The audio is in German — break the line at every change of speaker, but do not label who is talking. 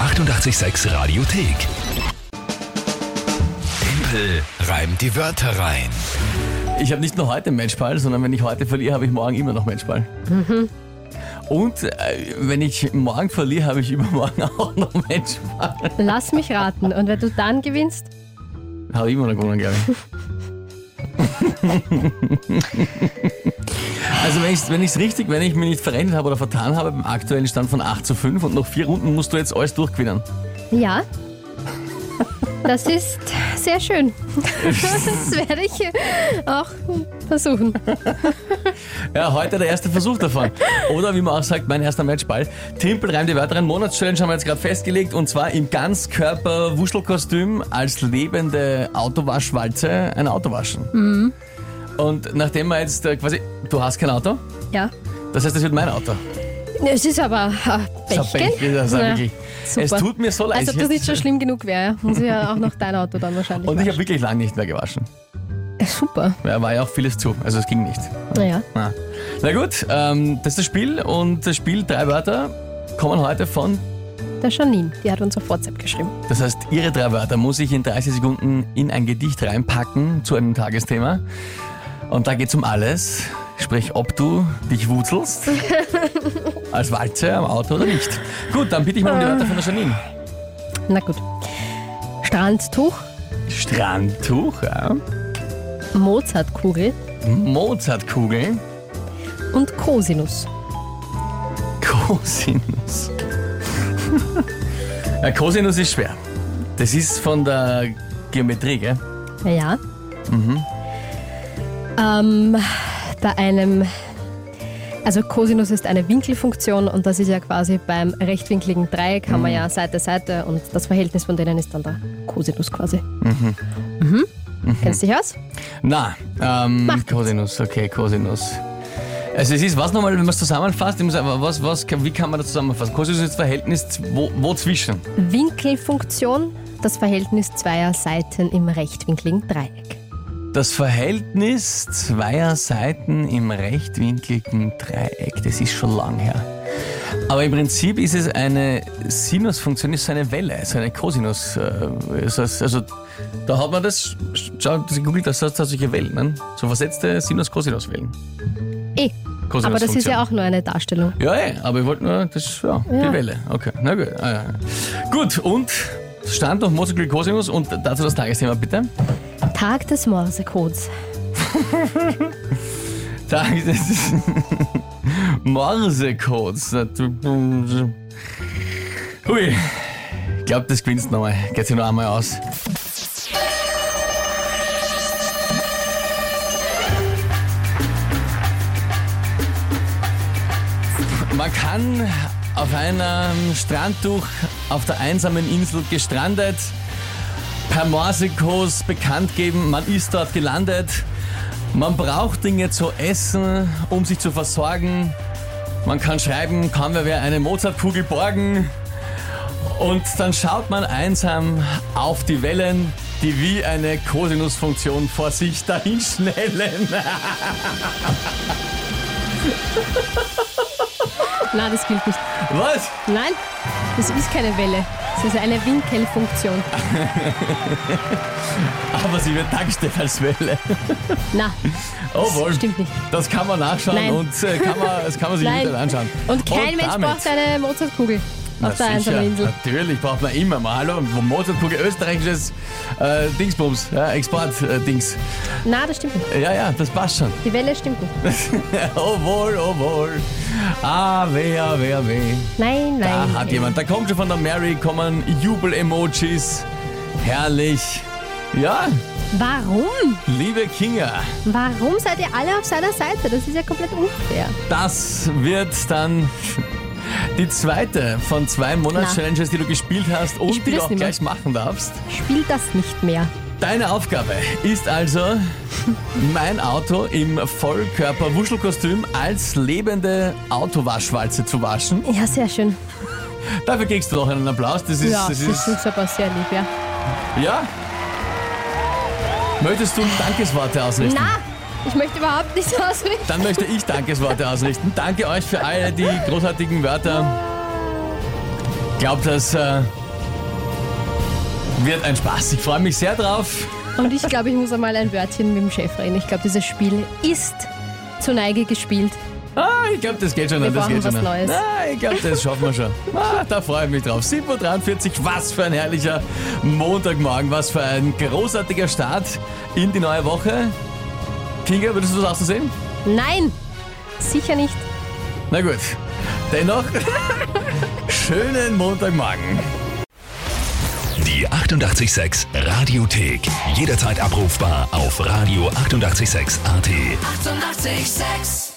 886 Radiothek. Tempel reimt die Wörter rein.
Ich habe nicht nur heute einen Matchball, sondern wenn ich heute verliere, habe ich morgen immer noch Matchball. Und äh, wenn ich morgen verliere, habe ich übermorgen auch noch Matchball.
Lass mich raten. Und wenn du dann gewinnst,
Habe ich immer noch gewonnen, glaube ich. Also wenn ich es wenn ich's richtig, wenn ich mich nicht verrechnet habe oder vertan habe, beim aktuellen Stand von 8 zu 5 und noch vier Runden musst du jetzt alles durchgewinnen.
ja. Das ist sehr schön. Das werde ich auch versuchen.
Ja, heute der erste Versuch davon. Oder wie man auch sagt, mein erster Matchball. Timpel reimt die weiteren Monatschallenge haben wir jetzt gerade festgelegt und zwar im Ganzkörper-Wuschelkostüm als lebende Autowaschwalze ein Auto waschen.
Mhm.
Und nachdem wir jetzt äh, quasi, du hast kein Auto,
Ja.
das heißt, das wird mein Auto.
Es ist aber äh,
Das ist
Pech,
ein Pech,
gell?
das ist ein
Ja,
wirklich-
super.
Es tut mir so leid.
Als
Ich
ob das
hätte-
nicht schon schlimm genug wäre. Muss ich ja auch noch dein Auto dann wahrscheinlich
und ich habe
waschen.
wirklich lange nicht mehr gewaschen.
Super.
Ja, war ja auch vieles zu, also es ging nicht.
Naja.
Na, Na gut, ähm, das ist das Spiel und das Spiel drei Wörter kommen heute von
Der Janine, die hat uns auf WhatsApp geschrieben.
Das heißt, Ihre drei Wörter muss ich in 30 Sekunden in ein Gedicht reinpacken zu einem Tagesthema. Und da geht es um alles. Sprich, ob du dich wutzelst als Walze am Auto oder nicht. Gut, dann bitte ich mal um die Wörter von der Janine.
Na gut. Strandtuch,
Strandtuch, ja.
Mozartkugel
Mozartkugel,
und Cosinus.
Cosinus. ja, Cosinus ist schwer. Das ist von der Geometrie, gell?
Ja. Mhm. Ähm, bei einem, also Cosinus ist eine Winkelfunktion und das ist ja quasi beim rechtwinkligen Dreieck haben wir ja Seite, Seite und das Verhältnis von denen ist dann der Cosinus quasi. Mhm. Kennst du dich aus?
Na, ähm,
Macht
Cosinus, okay, Cosinus. Also es ist, was nochmal, wenn man es zusammenfasst, ich muss, einfach- was, was, wie kann man das zusammenfassen? Cosinus ist das Verhältnis, z- wo, wo zwischen?
Winkelfunktion, das Verhältnis zweier Seiten im rechtwinkligen Dreieck.
Das Verhältnis zweier Seiten im rechtwinkligen Dreieck, das ist schon lang her. Aber im Prinzip ist es eine Sinusfunktion, ist so eine Welle, so eine Cosinus. Äh, ist das- also da hat man das, schau, das googelt, das heißt solche Wellen, ne? so versetzte Sinus-Cosinus-Wellen.
Eh, aber das ist
Cosinus-Funktion.
ja auch nur eine Darstellung.
Ja, eh, aber ich wollte nur, das ist ja, die
Ja.
Welle. Okay, na gut. Ah, ja. Gut, und Stand und Mosoglycosimus und dazu das Tagesthema bitte.
Tag des Morsecodes.
Da ist es Morsecodes. Hui, ich glaube, das gewinnst nochmal. Geht sich noch einmal aus. Man kann auf einem Strandtuch auf der einsamen Insel gestrandet per Morsekurs bekannt geben, man ist dort gelandet. Man braucht Dinge zu essen, um sich zu versorgen. Man kann schreiben, kann mir wer eine Mozartkugel borgen. Und dann schaut man einsam auf die Wellen, die wie eine Cosinusfunktion vor sich dahinschnellen.
Nein, das gilt nicht.
Was?
Nein, das ist keine Welle. Das ist eine Winkelfunktion.
Aber sie wird dargestellt als Welle.
Na,
Oh wohl.
stimmt nicht.
Das kann man nachschauen
Nein.
und äh, kann man, das kann man sich
Nein.
wieder anschauen.
Und kein Mensch
damit-
braucht eine Mozartkugel
Na
auf der einsamen
sicher,
Insel.
Natürlich braucht man immer mal. Hallo, Mozartkugel, österreichisches äh, Dingsbums, ja, äh, Export-Dings.
Na, das stimmt nicht.
ja, ja, das passt schon.
Die Welle stimmt nicht.
oh wohl, oh wohl. Ah, weh, ah, weh, ah, weh.
Nein, nein.
Da
nein.
hat jemand, da kommt schon von der Mary, kommen Jubel-Emojis. Herrlich. Ja,
Warum?
liebe Kinga,
Warum seid ihr alle auf seiner Seite? Das ist ja komplett unfair.
das wird dann die zweite von zwei Monats-Challenges, die du gespielt hast
Ich
und
spiel
die du
das
auch
nicht mehr.
gleich machen darfst.
Spielt das nicht mehr.
Deine Aufgabe ist also, mein Auto im Vollkörper-Wuschelkostüm als lebende Autowaschwalze zu waschen.
Ja, sehr schön.
Dafür kriegst du noch einen Applaus. Das ist,
Ja,
das
das
ist,
ist aber sehr lieb, ja.
ja. Möchtest du Dankesworte ausrichten?
Na, ich möchte überhaupt nicht ausrichten.
Dann möchte ich Dankesworte ausrichten. Danke euch für alle die großartigen Wörter. glaube, das äh, wird ein Spaß. Ich freue mich sehr drauf.
Und ich glaube, ich muss einmal ein Wörtchen mit dem Chef reden. Ich glaube, dieses Spiel ist zur Neige gespielt.
Ah, ich glaube, das geht schon.
Wir
das
brauchen
geht schon
was
an.
Neues.
Ah, ich glaube, das schaffen wir schon. Ah, da freue ich mich drauf. 7.43 Uhr, was für ein herrlicher Montagmorgen, was für ein großartiger Start in die neue Woche. Kinga, würdest du das auch so sehen?
Nein, sicher nicht.
Na gut, dennoch, schönen Montagmorgen.
Die 886 Radiothek. Jederzeit abrufbar auf radio886.at. 886!
886